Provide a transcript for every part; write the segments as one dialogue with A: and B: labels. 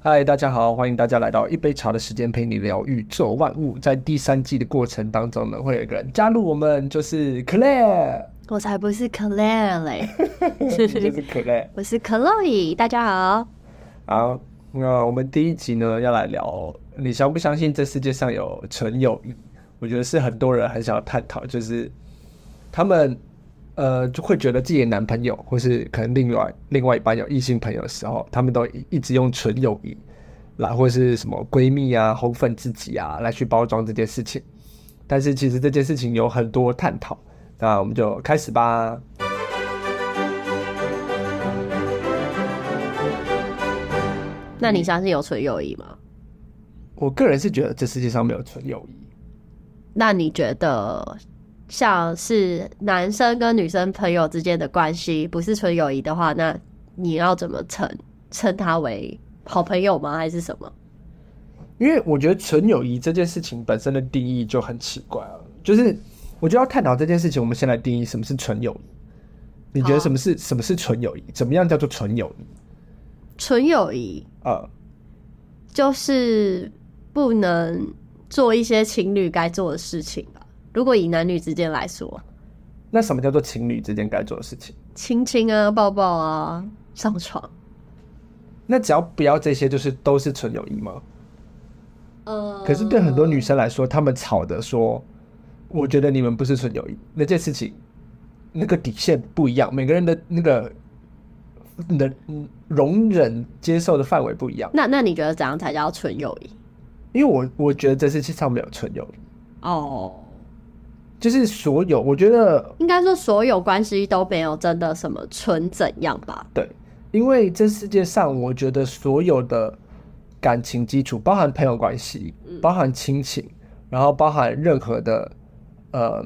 A: 嗨，大家好，欢迎大家来到一杯茶的时间，陪你聊宇宙万物。在第三季的过程当中呢，会有一个人加入我们，就是 Claire，
B: 我才不是 Claire 嘞，
A: 就是 Claire。
B: 我是 Chloe，大家好。
A: 好，那我们第一集呢要来聊，你相不相信这世界上有纯友谊？我觉得是很多人很想要探讨，就是他们呃就会觉得自己的男朋友或是可能另外另外一半有异性朋友的时候，他们都一一直用纯友谊来或是什么闺蜜啊、红粉知己啊来去包装这件事情。但是其实这件事情有很多探讨，那我们就开始吧。
B: 那你相信有纯友谊吗？
A: 我个人是觉得这世界上没有纯友谊。
B: 那你觉得像是男生跟女生朋友之间的关系不是纯友谊的话，那你要怎么称称他为好朋友吗？还是什么？
A: 因为我觉得纯友谊这件事情本身的定义就很奇怪了，就是我就要探讨这件事情，我们先来定义什么是纯友谊。你觉得
B: 好
A: 什么是、什么是纯友谊？怎么样叫做纯友谊？
B: 纯友谊
A: 呃，
B: 就是不能做一些情侣该做的事情吧？如果以男女之间来说，
A: 那什么叫做情侣之间该做的事情？
B: 亲亲啊、抱抱啊、上床，
A: 那只要不要这些，就是都是纯友谊吗？
B: 呃，
A: 可是对很多女生来说，她们吵着说，我觉得你们不是纯友谊，那件事情那个底线不一样，每个人的那个能容忍接受的范围不一样。
B: 那那你觉得怎样才叫纯友谊？
A: 因为我我觉得这世界上没有纯友谊，
B: 哦，
A: 就是所有我觉得
B: 应该说所有关系都没有真的什么纯怎样吧？
A: 对，因为这世界上我觉得所有的感情基础，包含朋友关系，包含亲情，然后包含任何的呃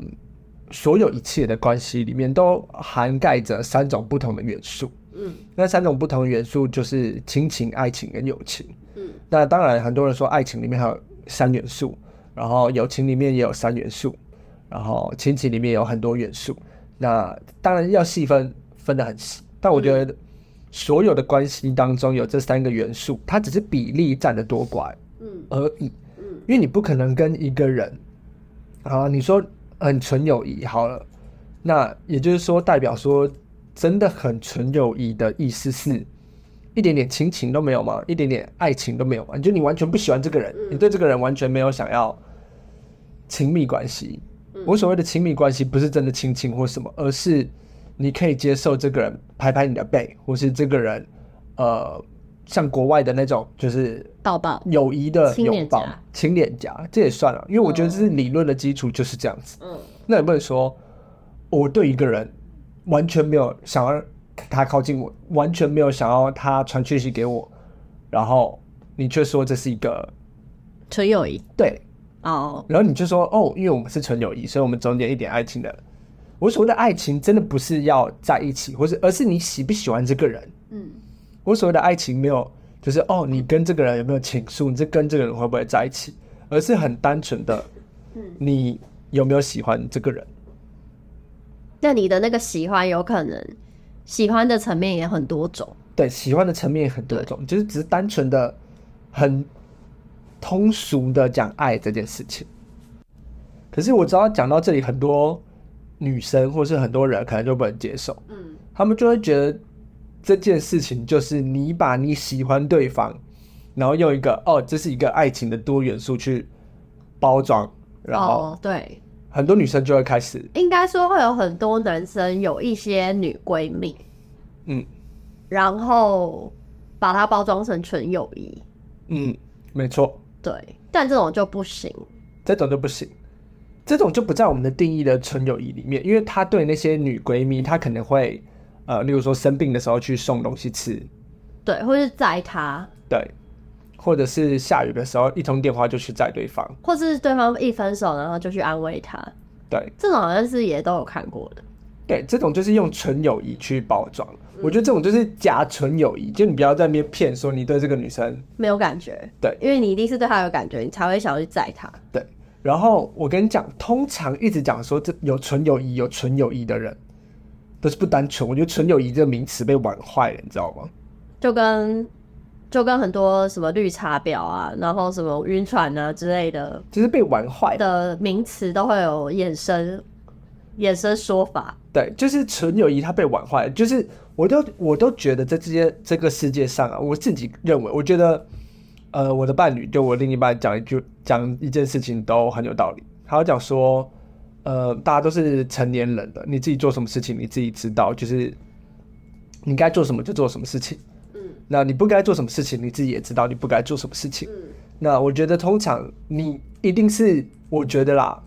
A: 所有一切的关系里面，都涵盖着三种不同的元素。
B: 嗯
A: 那三种不同的元素就是亲情、爱情跟友情。
B: 嗯，
A: 那当然，很多人说爱情里面还有三元素，然后友情里面也有三元素，然后亲情里面有很多元素。那当然要细分，分得很细。但我觉得所有的关系当中有这三个元素，它只是比例占得多寡
B: 嗯
A: 而已。
B: 嗯
A: 因为你不可能跟一个人，啊，你说很纯友谊好了，那也就是说代表说真的很纯友谊的意思是，一点点亲情都没有吗？一点点爱情都没有吗？就你完全不喜欢这个人，
B: 嗯
A: 你对这个人完全没有想要亲密关系。
B: 嗯
A: 我所谓的亲密关系不是真的亲亲或什么，而是你可以接受这个人拍拍你的背，或是这个人，呃，像国外的那种就是
B: 抱抱，
A: 友谊的
B: 亲
A: 拥
B: 脸
A: 抱
B: 颊、
A: 亲脸颊，这也算了，啊因为我觉得这是理论的基础就是这样子。
B: 嗯
A: 那也不能说我对一个人完全没有想要他靠近我，完全没有想要他传讯息给我，然后你却说这是一个
B: 纯友谊
A: 对，
B: 哦，
A: 然后你就说哦，因为我们是纯友谊，所以我们中间一点爱情的。我所谓的爱情，真的不是要在一起，或是而是你喜不喜欢这个人。
B: 嗯
A: 我所谓的爱情没有，就是哦，你跟这个人有没有情愫，你这跟这个人会不会在一起，而是很单纯的，
B: 嗯。
A: 你有没有喜欢这个人？
B: 那你的那个喜欢有可能喜欢的层面也很多种，
A: 对，喜欢的层面很多种，就是只是单纯的、很通俗的讲爱这件事情。可是我知道讲到这里，很多女生或是很多人可能就不能接受，
B: 嗯
A: 他们就会觉得这件事情就是你把你喜欢对方，然后用一个哦，这是一个爱情的多元素去包装，然后
B: 哦对，
A: 很多女生就会开始，
B: 应该说会有很多男生有一些女闺蜜，
A: 嗯
B: 然后把它包装成纯友谊，
A: 嗯，没错，
B: 对，但这种就不行，
A: 这种就不行，这种就不在我们的定义的纯友谊里面，因为她对那些女闺蜜，她可能会呃，例如说生病的时候去送东西吃，
B: 对，或是载他，
A: 对，或者是下雨的时候一通电话就去载对方，
B: 或是对方一分手然后就去安慰他，
A: 对
B: 这种好像是也都有看过的。
A: 对，这种就是用纯友谊去包装，我觉得这种就是假纯友谊，就你不要在那边骗说你对这个女生
B: 没有感觉，
A: 对
B: 因为你一定是对他有感觉，你才会想要去载他。
A: 对，然后我跟你讲，通常一直讲说这有纯友谊、有纯友谊的人，都是不单纯。我觉得“纯友谊”这个名词被玩坏了，你知道吗？
B: 就跟就跟很多什么绿茶婊啊，然后什么晕船啊之类的
A: 就是被玩坏了。
B: 的名词都会有衍生衍生说法。
A: 对，就是纯友谊，它被玩坏了。就是我都我都觉得在这些这个世界上啊，我自己认为，我觉得，呃，我的伴侣就我另一半讲一句讲一件事情都很有道理。他讲说，呃，大家都是成年人了，你自己做什么事情你自己知道，就是你该做什么就做什么事情。
B: 嗯
A: 那你不该做什么事情，你自己也知道你不该做什么事情。
B: 嗯
A: 那我觉得通常你一定是，我觉得啦，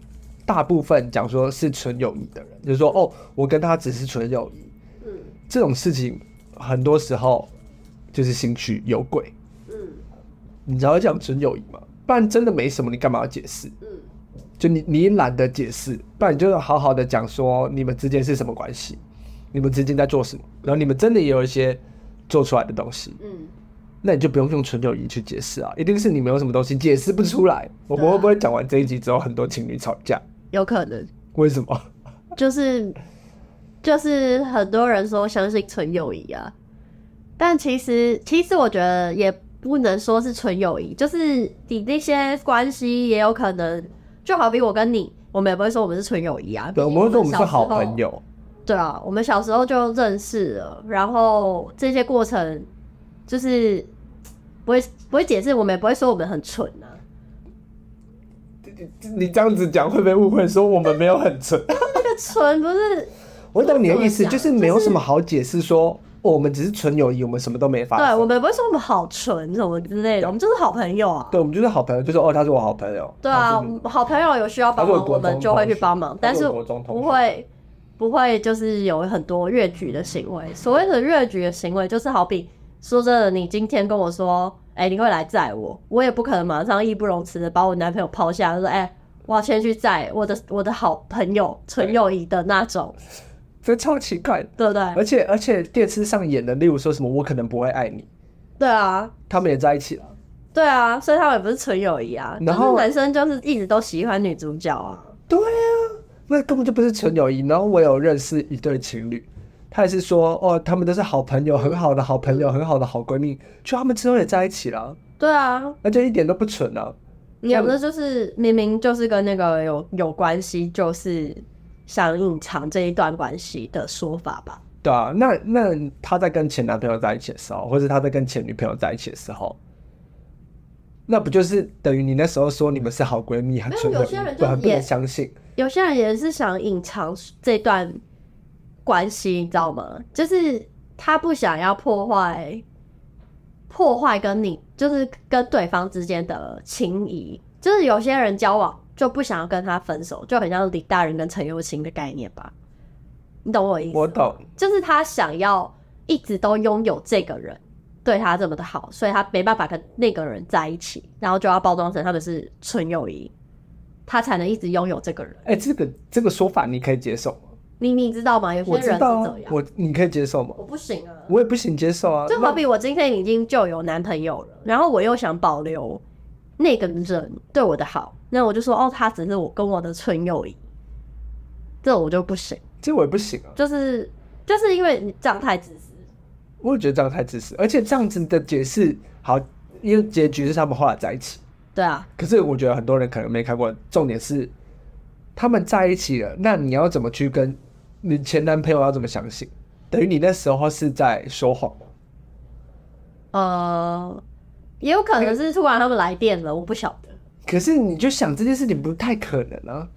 A: 大部分讲说是纯友谊的人，就是说哦，我跟他只是纯友谊
B: 嗯
A: 这种事情，很多时候就是兴趣有鬼。
B: 嗯
A: 你只要讲纯友谊嘛，不然真的没什么，你干嘛要解释？
B: 嗯
A: 就你你也懒得解释，不然你就好好的讲说你们之间是什么关系，你们之间在做什么，然后你们真的也有一些做出来的东西，
B: 嗯，
A: 那你就不用用纯友谊去解释啊，一定是你没有什么东西解释不出来。我们会不会讲完这一集之后，很多情侣吵架？
B: 有可能
A: 为什 么？
B: 就是就是很多人说相信纯友谊啊，但其实其实我觉得也不能说是纯友谊，就是你那些关系也有可能，就好比我跟你，我们也不会说我们是纯友谊啊，
A: 对，我们会说我们是好
B: 友。
A: 朋友，
B: 对啊，我们小时候就认识了，然后这些过程就是不会不会解释，我们也不会说我们很蠢啊。
A: 你这样子讲会被误会说我们没有很纯。
B: 那个蠢不是
A: 我懂你的意思，
B: 我怎
A: 就
B: 么
A: 是
B: 讲
A: 没有什么好解释说，哦我们只是纯友谊，我们什么都没发
B: 对，
A: 生。
B: 我们也不会说我们好蠢什么之类的，我们就是好朋友啊。
A: 对，我们就是好朋友，就说哦，他是我好朋友。
B: 对啊，
A: 他
B: 我
A: 是你
B: 们好朋友有需要帮
A: 他是我
B: 忙，
A: 国
B: 我
A: 中
B: 们就会去
A: 同学
B: 帮忙，但
A: 他是
B: 是
A: 我国中同
B: 不
A: 学
B: 会不会就是有很多越矩的行为。所谓的越矩的行为，就是好比说真的，你今天跟我说，哎、你会来载我，我也不可能马上义不容辞的把我男朋友抛下，就说，哎、我要先去载我的我的好朋友纯友谊的那种，
A: 这超奇怪的。
B: 对不对？
A: 而且而且电视上演的，例如说什么我可能不会爱你，
B: 对啊，
A: 他们也在一起了。
B: 对啊，所以他们也不是纯友谊啊，
A: 然
B: 就是
A: 后
B: 男生就是一直都喜欢女主角啊，
A: 对啊，那根本就不是纯友谊。然后我有认识一对情侣，他也是说，哦，他们都是好朋友，很好的好朋
B: 嗯
A: 友，很好的好闺蜜，就他们之后也在一起了，
B: 对啊，
A: 那就一点都不蠢啊。
B: 你
A: 像
B: 不是就是明明就是跟那个有有关系，就是想隐藏这一段关系的说法吧？
A: 对啊，那那他在跟前男朋友在一起的时候，或者他在跟前女朋友在一起的时候，那不就是等于你那时候说你们是好闺蜜，很
B: 没有
A: 纯友
B: 有些人
A: 谊，
B: 就
A: 不很不能
B: 也
A: 相信。
B: 有些人也是想隐藏这段关系，你知道吗？就是他不想要破坏破坏跟你就是跟对方之间的情谊，就是有些人交往就不想要跟他分手，就很像李大人跟陈幼卿的概念吧？你懂我意思吗？
A: 我懂，
B: 就是他想要一直都拥有这个人对他这么的好，所以他没办法跟那个人在一起，然后就要包装成他们是纯友谊，他才能一直拥有这个人。
A: 哎、这个这个说法你可以接受吗？
B: 你你知道吗？有些
A: 我
B: 人是
A: 知
B: 这
A: 道啊
B: 样，，我
A: 我你可以接受吗？
B: 不行啊。
A: 我也不行接受啊。
B: 就
A: 那
B: 好比我今天已经就有男朋友了，然后我又想保留那个人对我的好，那我就说哦，他只是我跟我的纯友谊，这我就不行，
A: 这我也不行啊，
B: 就是就是因为你这样太自私。
A: 我也觉得这样太自私，而且这样子的解释好，因为结局是他们后来在一起。
B: 对啊，
A: 可是我觉得很多人可能没看过，重点是他们在一起了，那你要怎么去跟你前男朋友要怎么相信？等于你那时候是在说谎，
B: 呃，也有可能是突然他们来电了，我不晓得。
A: 可是你就想这件事情不太可能啊。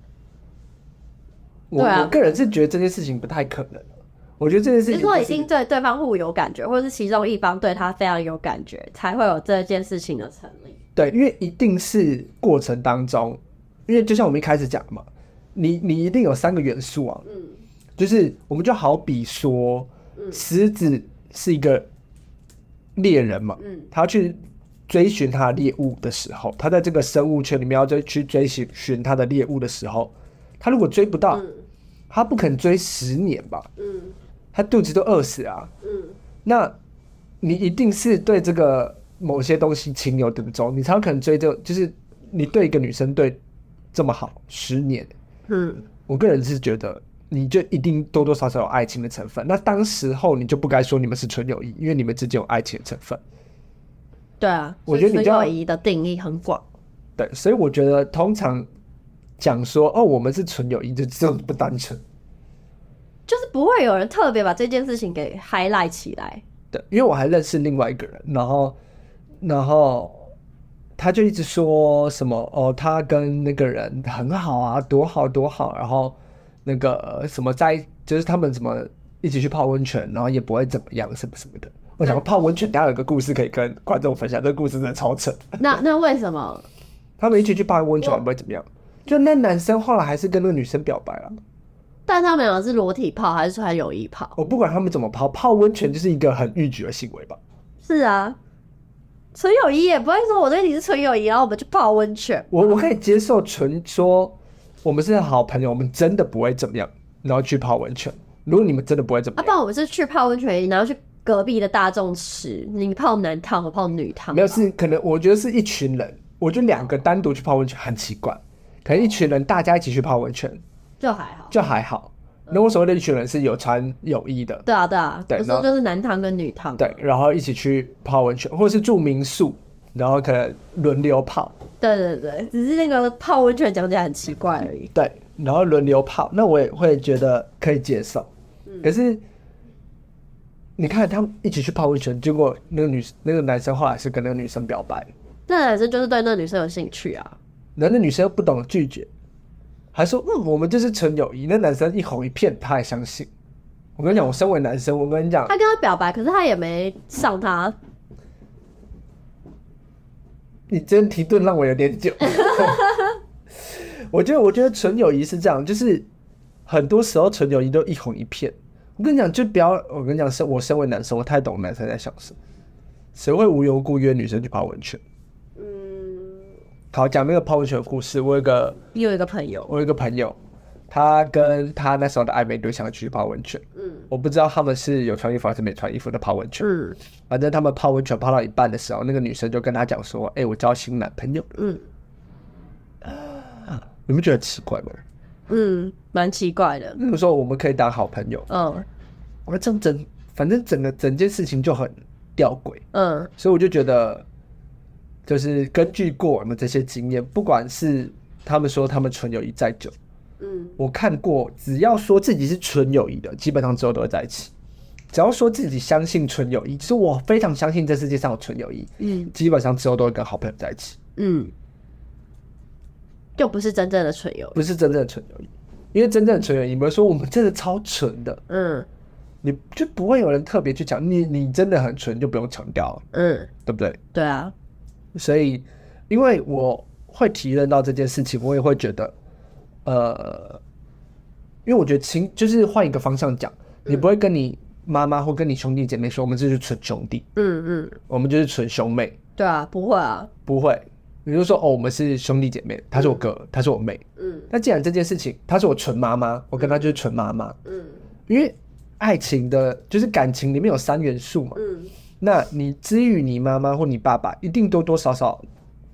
A: 我、
B: 对啊
A: 我个人是觉得这件事情不太可能啊、我觉得这件事
B: 就是
A: 情
B: 说
A: 不
B: 已
A: 是
B: 经对啊对方互有感觉，或者是其中一方对他非常有感觉，才会有这件事情的成立。
A: 对，因为一定是过程当中，因为就像我们一开始讲的嘛，你你一定有三个元素啊，
B: 嗯
A: 就是我们就好比说，
B: 嗯
A: 狮子是一个猎人嘛，
B: 嗯
A: 他去追寻他的猎物的时候，他在这个生物圈里面要追去追寻寻他的猎物的时候，他如果追不到，
B: 嗯
A: 他不肯追十年吧，
B: 嗯
A: 他肚子都饿死啊。
B: 嗯
A: 那你一定是对这个某些东西情有独钟，你才有可能追这，就是你对一个女生对这么好十年，
B: 嗯，
A: 我个人是觉得，你就一定多多少少有爱情的成分。那当时候你就不该说你们是纯友谊，因为你们之间有爱情的成分。
B: 对啊，
A: 我觉得你
B: 所以
A: 就要
B: 纯友谊的定义很广，
A: 对，所以我觉得通常讲说哦，我们是纯友谊，就这种不单纯。
B: 就是不会有人特别把这件事情给 highlight 起来。
A: 对，因为我还认识另外一个人，然后，然后他就一直说什么哦，他跟那个人很好啊，多好多好，然后那个呃什么在就是他们怎么一起去泡温泉，然后也不会怎么样，什么什么的。我想说泡温泉，等一下有个故事可以跟观众分享，这个故事真的超扯。
B: 那那为什么？
A: 他们一起去泡温泉也不会怎么样，就那男生后来还是跟那个女生表白了、
B: 但他们两个是裸体泡还是穿友谊泡？
A: 我不管他们怎么泡，泡温泉就是一个很逾矩的行为吧。
B: 是啊，纯友谊也不会说我对你是纯友谊，然后我们去泡温泉。
A: 我我可以接受纯说我们是好朋友，我们真的不会怎么样，然后去泡温泉。如果你们真的不会怎
B: 啊，
A: 么
B: 不
A: 样，
B: 然我们是去泡温泉，然后去隔壁的大众池，你泡男汤，我泡女汤。
A: 没有，是可能我觉得是一群人，我觉得两个单独去泡温泉很奇怪，可能一群人大家一起去泡温泉
B: 就还好。
A: 就还好。那我所谓的一群人是有穿有衣的，
B: 对啊，对啊，
A: 对
B: 我说
A: 那
B: 就是男汤跟女汤。
A: 对，然后一起去泡温泉，或者是住民宿，然后可能轮流泡，
B: 对对对，只是那个泡温泉讲起来很奇怪而已。
A: 对，然后轮流泡，那我也会觉得可以接受。可是你看他们一起去泡温泉，结果那个女那个男生后来是跟那个女生表白，
B: 那男生就是对那女生有兴趣啊，
A: 然后那女生又不懂拒绝，还说嗯我们就是纯友谊。那男生一哄一骗，他还相信。我跟你讲，我身为男生，我跟你讲
B: 他，跟他表白，可是他也没上他，
A: 你今天停顿让我有点久。 我觉得，我觉得纯友谊是这样，就是很多时候纯友谊都一哄一骗。我跟你讲，就不要，我跟你讲，是我身为男生，我太懂男生在想什么。谁会无缘无故约女生去泡温泉？
B: 嗯
A: 好，讲那个泡温泉的故事。我有一个，
B: 又有一个朋友，
A: 我有一个朋友，他跟他那时候的暧昧对象去泡温泉。
B: 嗯
A: 我不知道他们是有穿衣服还是没穿衣服的泡温泉。
B: 嗯
A: 反正他们泡温泉泡到一半的时候，那个女生就跟他讲说：“哎、我交新男朋友了。”
B: 嗯
A: 你们觉得奇怪吗？
B: 嗯，蛮奇怪的，
A: 那个时候我们可以当好朋友，
B: 嗯
A: 我这样整，反正整个整件事情就很吊诡，
B: 嗯
A: 所以我就觉得，就是根据过往的这些经验，不管是他们说他们纯友谊再久，
B: 嗯，
A: 我看过，只要说自己是纯友谊的，基本上之后都会在一起。只要说自己相信纯友谊，其实我非常相信这世界上有纯友谊，
B: 嗯
A: 基本上之后都会跟好朋友在一起，
B: 嗯，就不是真正的纯友谊，
A: 不是真正的纯友谊。因为真正的纯友谊，你们说我们真的超纯的，
B: 嗯
A: 你就不会有人特别去讲你，你真的很纯，就不用强调了，
B: 嗯，
A: 对不对？
B: 对啊，
A: 所以，因为我会提认到这件事情，我也会觉得，呃，因为我觉得亲，就是换一个方向讲，你不会跟你妈妈或跟你兄弟姐妹说，我们这是纯兄弟，
B: 嗯嗯，
A: 我们就是纯兄妹，
B: 对啊，不会啊，
A: 不会。你就说哦，我们是兄弟姐妹，他是我哥，他是我妹。
B: 嗯
A: 那既然这件事情，他是我纯妈妈，我跟他就是纯妈妈，
B: 嗯
A: 因为爱情的，就是感情里面有三元素嘛。
B: 嗯
A: 那你至于你妈妈或你爸爸，一定多多少少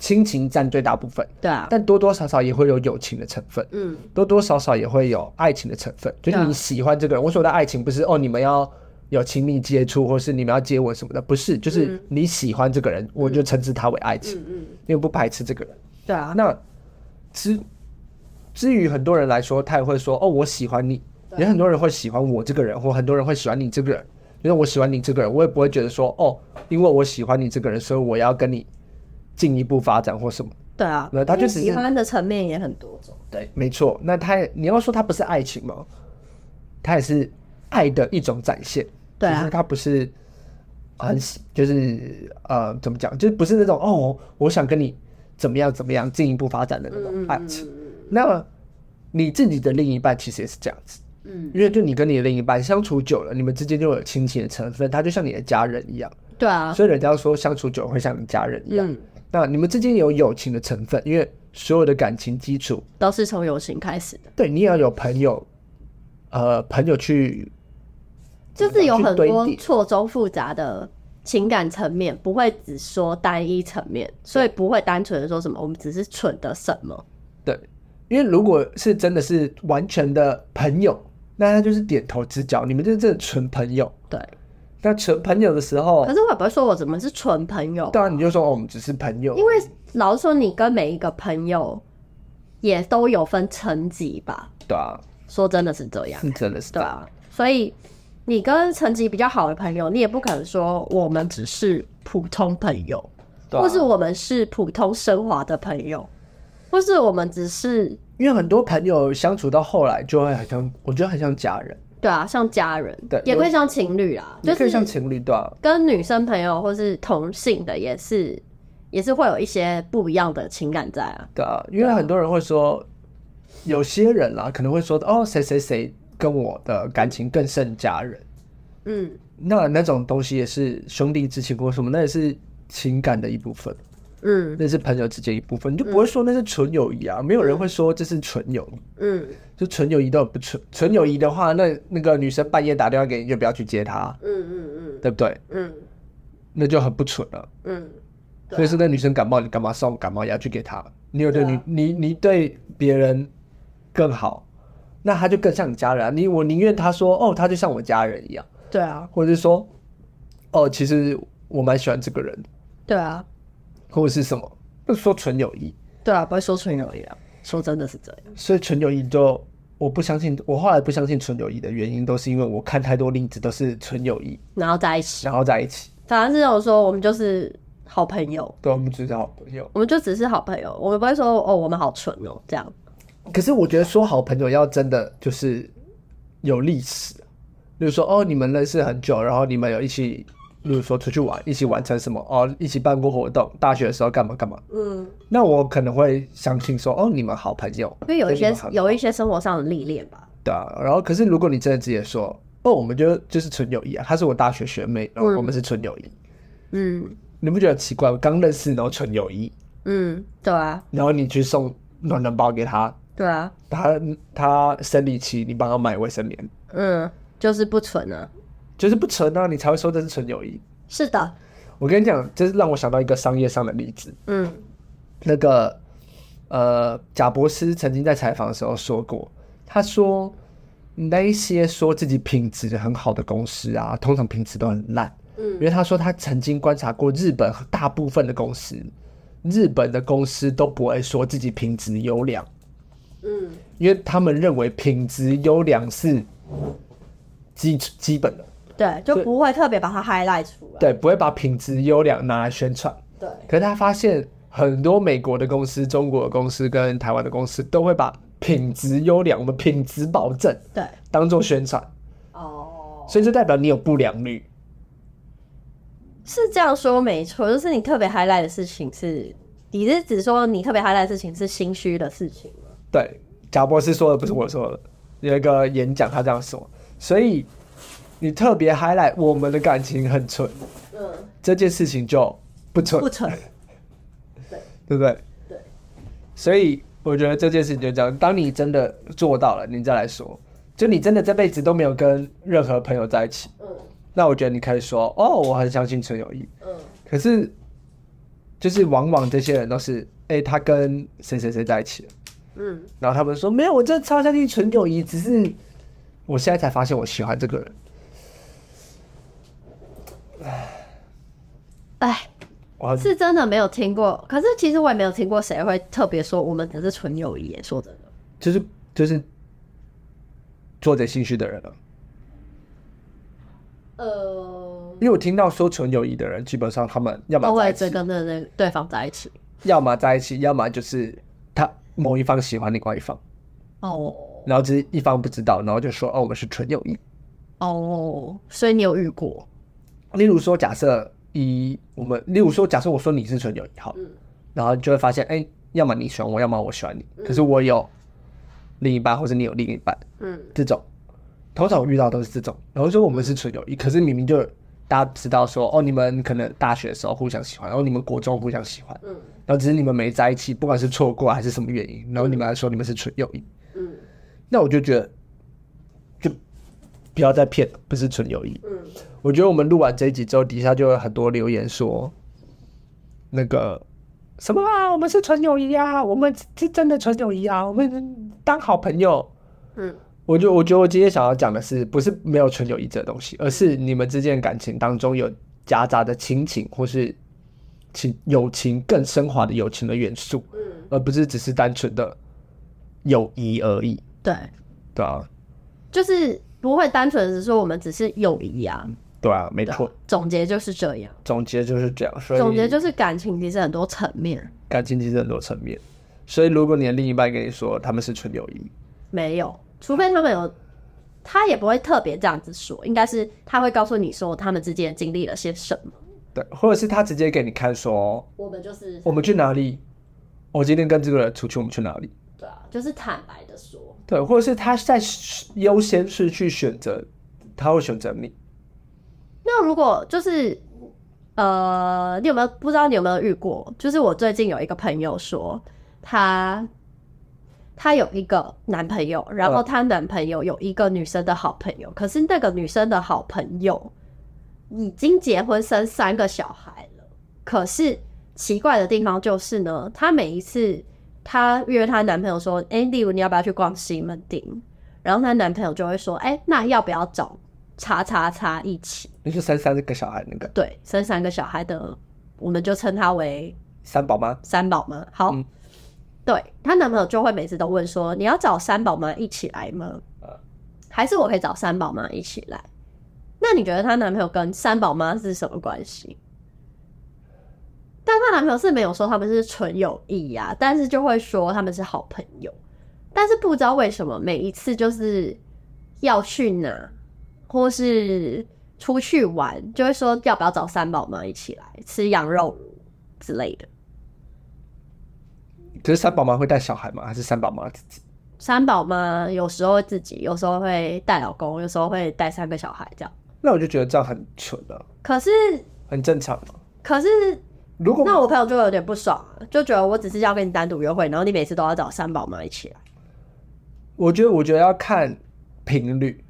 A: 亲情占最大部分，
B: 对啊，
A: 但多多少少也会有友情的成分，
B: 嗯
A: 多多少少也会有爱情的成分。就是你喜欢这个人，我所谓的爱情不是哦，你们要有亲密接触，或是你们要接吻什么的，不是，就是你喜欢这个人，我就称之他为爱情，
B: 嗯嗯，
A: 因为不排斥这个人。
B: 对啊，
A: 那至至于很多人来说，他也会说哦，我喜欢你。也很多人会喜欢我这个人，或很多人会喜欢你这个人。因为我喜欢你这个人，我也不会觉得说哦，因为我喜欢你这个人，所以我要跟你进一步发展或什么。
B: 对啊
A: 那，他就
B: 因为
A: 只是
B: 喜欢的层面也很多种，
A: 对，没错。那他也你要说他不是爱情吗？他也是爱的一种展现。
B: 对啊
A: 只是他不是很喜就是呃怎么讲，就是不是那种哦，我想跟你怎么样怎么样进一步发展的那
B: 嗯
A: 种爱情。那么你自己的另一半其实也是这样子，
B: 嗯，
A: 因为就你跟你的另一半相处久了，你们之间就有亲情的成分，他就像你的家人一样，
B: 对啊，
A: 所以人家说相处久了会像你家人一样。
B: 嗯，
A: 那你们之间有友情的成分，因为所有的感情基础，
B: 都是从友情开始的，
A: 对你也要有朋友，呃，朋友去
B: 就是有很
A: 去堆
B: 多
A: 叠
B: 错综复杂的情感层面，不会只说单一层面，所以不会单纯的说什么我们只是蠢的什么，
A: 对，因为如果是真的是完全的朋友，那他就是点头之交，你们就是真的纯朋友。
B: 对，
A: 那纯朋友的时候
B: 可，是我也不会说我怎么是纯朋友，
A: 当然你就说哦，我们只是朋友，
B: 因为老实说你跟每一个朋友也都有分层级吧，
A: 对啊，
B: 说真的是这样，
A: 是真的是
B: 对啊，所以你跟成绩比较好的朋友，你也不可能说我们只是普通朋友，
A: 对啊
B: 或是我们是普通升华的朋友，或是我们只是
A: 因为很多朋友相处到后来就会很像，我觉得很像家人，
B: 对啊，像家人，
A: 对
B: 也可以像情侣啦，就
A: 也可以
B: 是
A: 像情侣对啊，
B: 跟女生朋友或是同性的也是。也是会有一些不一样的情感在啊，
A: 对啊，因为很多人会说，有些人啦可能会说哦，谁谁谁跟我的感情更胜家人，
B: 嗯，
A: 那那种东西也是兄弟之情或什么，那也是情感的一部分，
B: 嗯
A: 那是朋友之间一部分，你就不会说那是纯友谊啊，没有人会说这是纯友谊。
B: 嗯
A: 就纯友谊都有不纯纯友谊的话，那那个女生半夜打电话给你，就不要去接她，
B: 嗯嗯
A: 对不对？
B: 嗯
A: 那就很不纯了。
B: 嗯嗯，对啊
A: 所以是那女生感冒，你干嘛送感冒药去给她？你有对
B: 对
A: 你、
B: 啊
A: 你你对别人更好，那她就更像你家人、啊。你我宁愿她说哦，她就像我家人一样，
B: 对啊，
A: 或者是说哦，其实我蛮喜欢这个人，
B: 对啊，
A: 或者是什么，不是说纯友谊。
B: 对啊，不会说纯友谊啊，说真的是这样。
A: 所以纯友谊就我不相信，我后来不相信纯友谊的原因，都是因为我看太多例子都是纯友谊，
B: 然后在一起，
A: 然后在一起。
B: 反正是有说我们就是好朋友，
A: 对，我们只是好朋友。
B: 我们就只是好朋友，我们不会说哦我们好纯哦这样。
A: 可是我觉得说好朋友要真的就是有历史，比如说哦，你们认识很久，然后你们有一起，比如说出去玩，一起完成什么哦，一起办过活动，大学的时候干嘛干嘛。
B: 嗯，
A: 那我可能会相信说哦，你们好朋友，
B: 因为有一
A: 对
B: 些
A: 你们很
B: 有一些生活上的历练吧。
A: 对啊。然后可是如果你真的直接说哦，我们就就是纯友谊啊，她是我大学学妹，然后
B: 嗯
A: 我们是纯友谊，
B: 嗯
A: 你不觉得奇怪？我刚认识然后纯友谊，
B: 嗯，对啊
A: 然后你去送暖暖包给她，
B: 对啊，
A: 她她生理期，你帮她买卫生棉。
B: 嗯，就是不纯啊。
A: 就是不纯啊，你才会说这是纯友谊。
B: 是的，
A: 我跟你讲，这是让我想到一个商业上的例子。
B: 嗯
A: 那个呃，贾博斯曾经在采访的时候说过，他说那一些说自己品质很好的公司啊，通常品质都很烂，因
B: 嗯
A: 为他说他曾经观察过日本大部分的公司，日本的公司都不会说自己品质优良，
B: 嗯
A: 因为他们认为品质优良是基基本的，
B: 对，就不会特别把它 highlight 出来。
A: 对，不会把品质优良拿来宣传。
B: 对，
A: 可是他发现很多美国的公司、中国的公司跟台湾的公司都会把品质优良、我们品质保证
B: 对，
A: 当做宣传，
B: 哦，
A: 所以就代表你有不良率。
B: 是这样说没错，就是你特别 highlight 的事情是，你是只说你特别 highlight 的事情是心虚的事情吗？
A: 对，贾博士说的不是我说的，有一个演讲他这样说，所以你特别 highlight 我们的感情很纯
B: 嗯，
A: 这件事情就不纯，
B: 不纯。
A: 对不对？
B: 对。
A: 所以我觉得这件事情就这样，当你真的做到了，你再来说，就你真的这辈子都没有跟任何朋友在一起。
B: 嗯
A: 那我觉得你可以说哦，我很相信纯友谊。
B: 嗯
A: 可是，就是往往这些人都是，哎、他跟谁谁谁在一起了，
B: 嗯
A: 然后他们说没有，我真的超相信纯友谊，只是我现在才发现我喜欢这个人。
B: 哎，
A: 我
B: 是真的没有听过，可是其实我也没有听过谁会特别说我们只是纯友谊耶。说真的，
A: 就是就是做着心虚的人了，
B: 呃，
A: 因为我听到说纯友谊的人，基本上他们要
B: 都
A: 么在
B: 会
A: 一
B: 只
A: 起，
B: 跟那那对方在一起。
A: 要么在一起，要么就是他某一方喜欢另外一方，
B: 哦
A: 然后只是一方不知道，然后就说哦，我们是纯友谊。
B: 哦，所以你有遇过？
A: 例如说，假设以我们，例如说，假设我说你是纯友谊好，
B: 嗯
A: 然后就会发现，哎、要么你喜欢我，要么我喜欢你，可是我有另一半，或者你有另一半，
B: 嗯
A: 这种，通常我遇到都是这种，然后说我们是纯友谊，可是明明就大家知道说，哦，你们可能大学的时候互相喜欢，然后你们国中互相喜欢，
B: 嗯
A: 然后只是你们没在一起，不管是错过还是什么原因，然后你们还说你们是纯友谊，
B: 嗯
A: 那我就觉得，就不要再骗了，不是纯友谊。
B: 嗯，
A: 我觉得我们录完这一集之后，底下就有很多留言说，那个什么啊，我们是纯友谊啊，我们是真的纯友谊啊，我们当好朋友。
B: 嗯，
A: 我就我觉得我今天想要讲的是，不是没有纯友谊这东西，而是你们之间的感情当中有夹杂的亲情或是情友情更升华的友情的元素，
B: 嗯，
A: 而不是只是单纯的友谊而已，
B: 对，
A: 对啊，
B: 就是不会单纯是说我们只是友谊啊。
A: 对啊，没
B: 对啊
A: 错。
B: 总结就是这样。
A: 总结就是这样，所以
B: 总结就是感情其实很多层面，
A: 感情其实很多层面，所以如果你的另一半跟你说他们是纯友谊，
B: 没有，除非他们有，他也不会特别这样子说，应该是他会告诉你说他们之间经历了些什么。
A: 对，或者是他直接给你看说
B: 我们就是
A: 我们去哪里，我今天跟这个人出去，我们去哪里，
B: 对啊，就是坦白的说，
A: 对，或者是他在优先顺序选择，他会选择你，
B: 那如果就是呃，你有没有不知道你有没有遇过？就是我最近有一个朋友说，她她有一个男朋友，然后
A: 嗯
B: 她男朋友有一个女生的好朋友，可是那个女生的好朋友已经结婚生三个小孩了。可是奇怪的地方就是呢，她每一次她约她男朋友说：“哎、例如你要不要去逛西门町？”然后她男朋友就会说：“哎、那要不要找叉叉叉一起？”
A: 那就三三个小孩那个
B: 对，生三个小孩的，我们就称她为
A: 三宝妈，
B: 三宝妈。好，
A: 嗯
B: 对她男朋友就会每次都问说：“你要找三宝妈一起来吗
A: 呃？
B: 还是我可以找三宝妈一起来？”那你觉得她男朋友跟三宝妈是什么关系？但她男朋友是没有说他们是纯友谊呀、但是就会说他们是好朋友。但是不知道为什么，每一次就是要去哪，或是出去玩，就会说要不要找三宝妈一起来吃羊肉炉之类的。
A: 可是三宝妈会带小孩吗？还是三宝妈自己？
B: 三宝妈有时候会自己，有时候会带老公，有时候会带三个小孩这样。
A: 那我就觉得这样很蠢了、啊，
B: 可是，
A: 很正常啊。
B: 可是
A: 如果
B: 那我朋友就有点不爽，就觉得我只是要跟你单独约会，然后你每次都要找三宝妈一起来。
A: 我觉得，我觉得要看频率。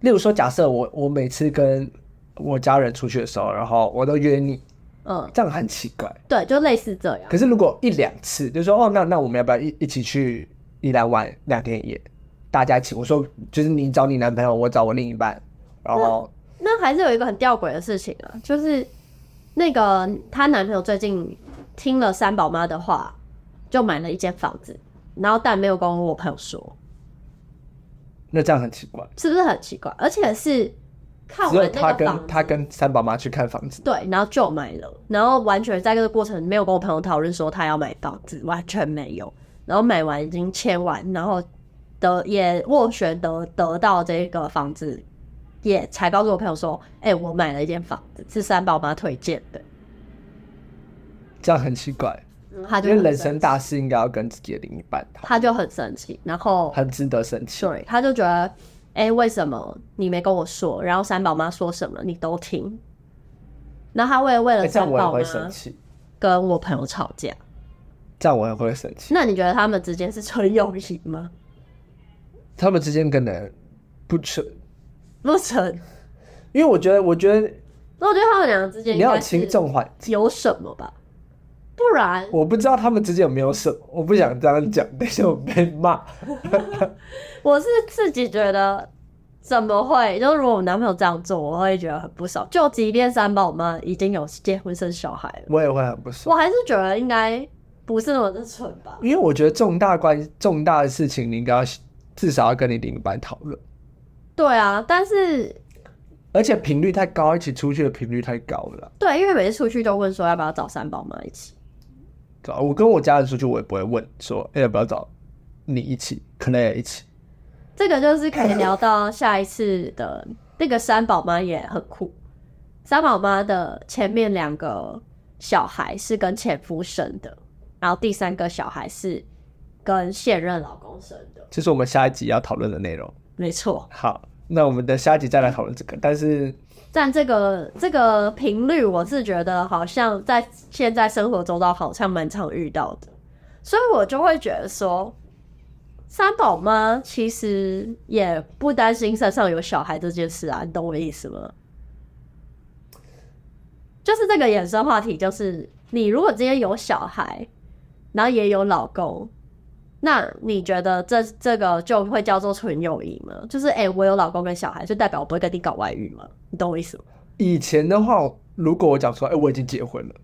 A: 例如说，假设我我每次跟我家人出去的时候，然后我都约你，
B: 嗯，
A: 这样很奇怪。
B: 对，就类似这样
A: 可。是如果一两次，就说哦，那那我们要不要一一起去宜兰玩两天一夜？大家一起，我说就是你找你男朋友，我找我另一半，然后
B: 那还是有一个很吊诡的事情啊，就是那个她男朋友最近听了三宝妈的话，就买了一间房子，然后但没有跟我朋友说，
A: 那这样很奇怪。
B: 是不是很奇怪？而且是看
A: 只有
B: 完
A: 他
B: 那个
A: 跟
B: 房
A: 他
B: 子，
A: 跟三宝妈去看房子，
B: 对，然后就买了，然后完全在这个过程没有跟我朋友讨论说他要买房子，完全没有。然后买完已经签完，然后得也斡旋得得到这个房子，也才告诉我朋友说，哎、我买了一间房子，是三宝妈推荐的。
A: 这样很奇怪。
B: 嗯他
A: 因
B: 就
A: 为
B: 很
A: 人
B: 生
A: 生
B: 气
A: 大事应该要跟自己的另一半讨，
B: 他就很生气，然后
A: 很值得生气。
B: 对，他就觉得，哎、为什么你没跟我说？然后三宝妈说什么你都听，然后他为为
A: 哎
B: 了
A: 这样
B: 三
A: 我也
B: 宝
A: 会
B: 妈
A: 生气，
B: 跟我朋友吵架。
A: 这样我也会生气。
B: 那你觉得他们之间是纯友谊吗？
A: 他们之间可能不纯，
B: 不纯，
A: 因为我觉得，我觉得
B: 那我觉得他们两个之间
A: 你
B: 应
A: 要
B: 该
A: 有
B: 是
A: 轻重缓，
B: 有什么吧，不然
A: 我不知道他们之间有没有什么，我不想这样讲，但是我被 骂。
B: 我是自己觉得。怎么会？就如果我男朋友这样做，我会觉得很不爽。就即便三宝妈已经有结婚生小孩了，
A: 我也会很不
B: 我
A: 爽，
B: 还是觉得应该不是那么的蠢吧。
A: 因为我觉得重大关重大的事情，你应该要至少要跟你另一半讨论，
B: 对啊，但是
A: 而且频率太高，一起出去的频率太高了。
B: 对，因为每次出去都问说要不要找三宝妈一起，
A: 对吧？我跟我家人出去，我也不会问说，哎、要不要找你一起，可能也一起。
B: 这个就是可以聊到下一次的那个三宝妈也很酷。三宝妈的前面两个小孩是跟前夫生的，然后第三个小孩是跟现任老公生的，
A: 这是我们下一集要讨论的内容。
B: 没错。
A: 好，那我们的下一集再来讨论这个。但是
B: 但这个这个频率，我是觉得好像在现在生活中都好像蛮常遇到的，所以我就会觉得说，三宝妈其实也不担心身上有小孩这件事啊，你懂我的意思吗？就是这个衍生话题，就是你如果今天有小孩，然后也有老公，那你觉得这这个就会叫做纯友谊吗？就是哎、诶我有老公跟小孩，就代表我不会跟你搞外遇吗？你懂我意思吗？
A: 以前的话，如果我讲说，哎、我已经结婚了，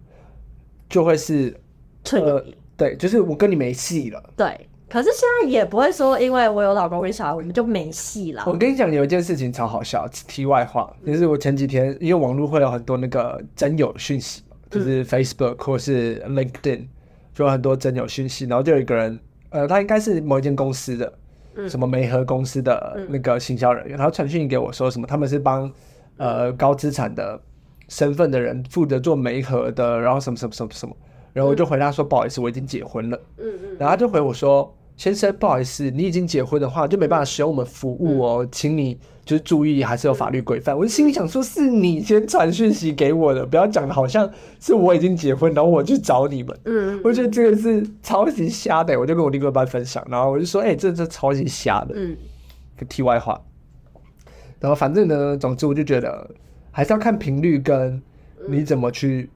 A: 就会是呃
B: 纯友谊，
A: 对，就是我跟你没戏了。
B: 对。可是现在也不会说，因为我有老公跟小孩，我们就没戏啦。
A: 我跟你讲，有一件事情超好笑，题外话，就是我前几天因为网络会有很多那个真友讯息嘛，就是 Facebook 或是 LinkedIn，就有很多真友讯息，然后就有一个人，呃，他应该是某一间公司的，
B: 嗯
A: 什么梅和公司的那个行销人员，然后传讯给我说什么他们是帮呃高资产的身份的人负责做媒合的，然后什么什么什么什么，然后我就回答说、不好意思，我已经结婚了。
B: 嗯嗯
A: 然后他就回我说：“先生，不好意思，你已经结婚的话，就没办法使用我们服
B: 嗯
A: 务哦，请你就是注意，还是有法律规范。”我就心里想说，是你先传讯息给我的，不要讲的好像是我已经结婚，然后我去找你们。
B: 嗯，
A: 我觉得这个是超级瞎的，我就跟我另外一半分享，然后我就说：“哎、这这超级瞎的。”
B: 嗯
A: 个题外话。然后反正呢，总之我就觉得还是要看频率跟
B: 嗯
A: 你怎么去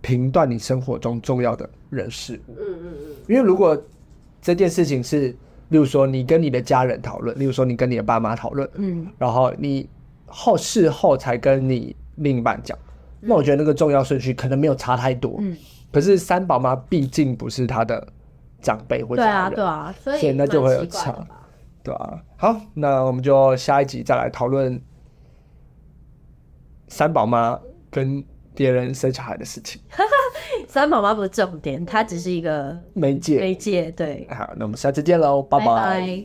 A: 评断你生活中重要的人事物。
B: 嗯嗯嗯
A: 因为如果这件事情是，例如说你跟你的家人讨论，例如说你跟你的爸妈讨论，
B: 嗯
A: 然后你后事后才跟你另一半讲，那我觉得那个重要顺序可能没有差太多。
B: 嗯，
A: 可是三宝妈毕竟不是他的长辈或
B: 对
A: 家人，
B: 啊对啊，所以
A: 所以那就会有
B: 蛮奇怪
A: 差
B: 的吧
A: 对啊，好，那我们就下一集再来讨论三宝妈跟别人生小孩的事情。
B: 三宝妈不是重点，它只是一个
A: 媒介，
B: 媒介，对，
A: 好，那我们下次见喽，拜
B: 拜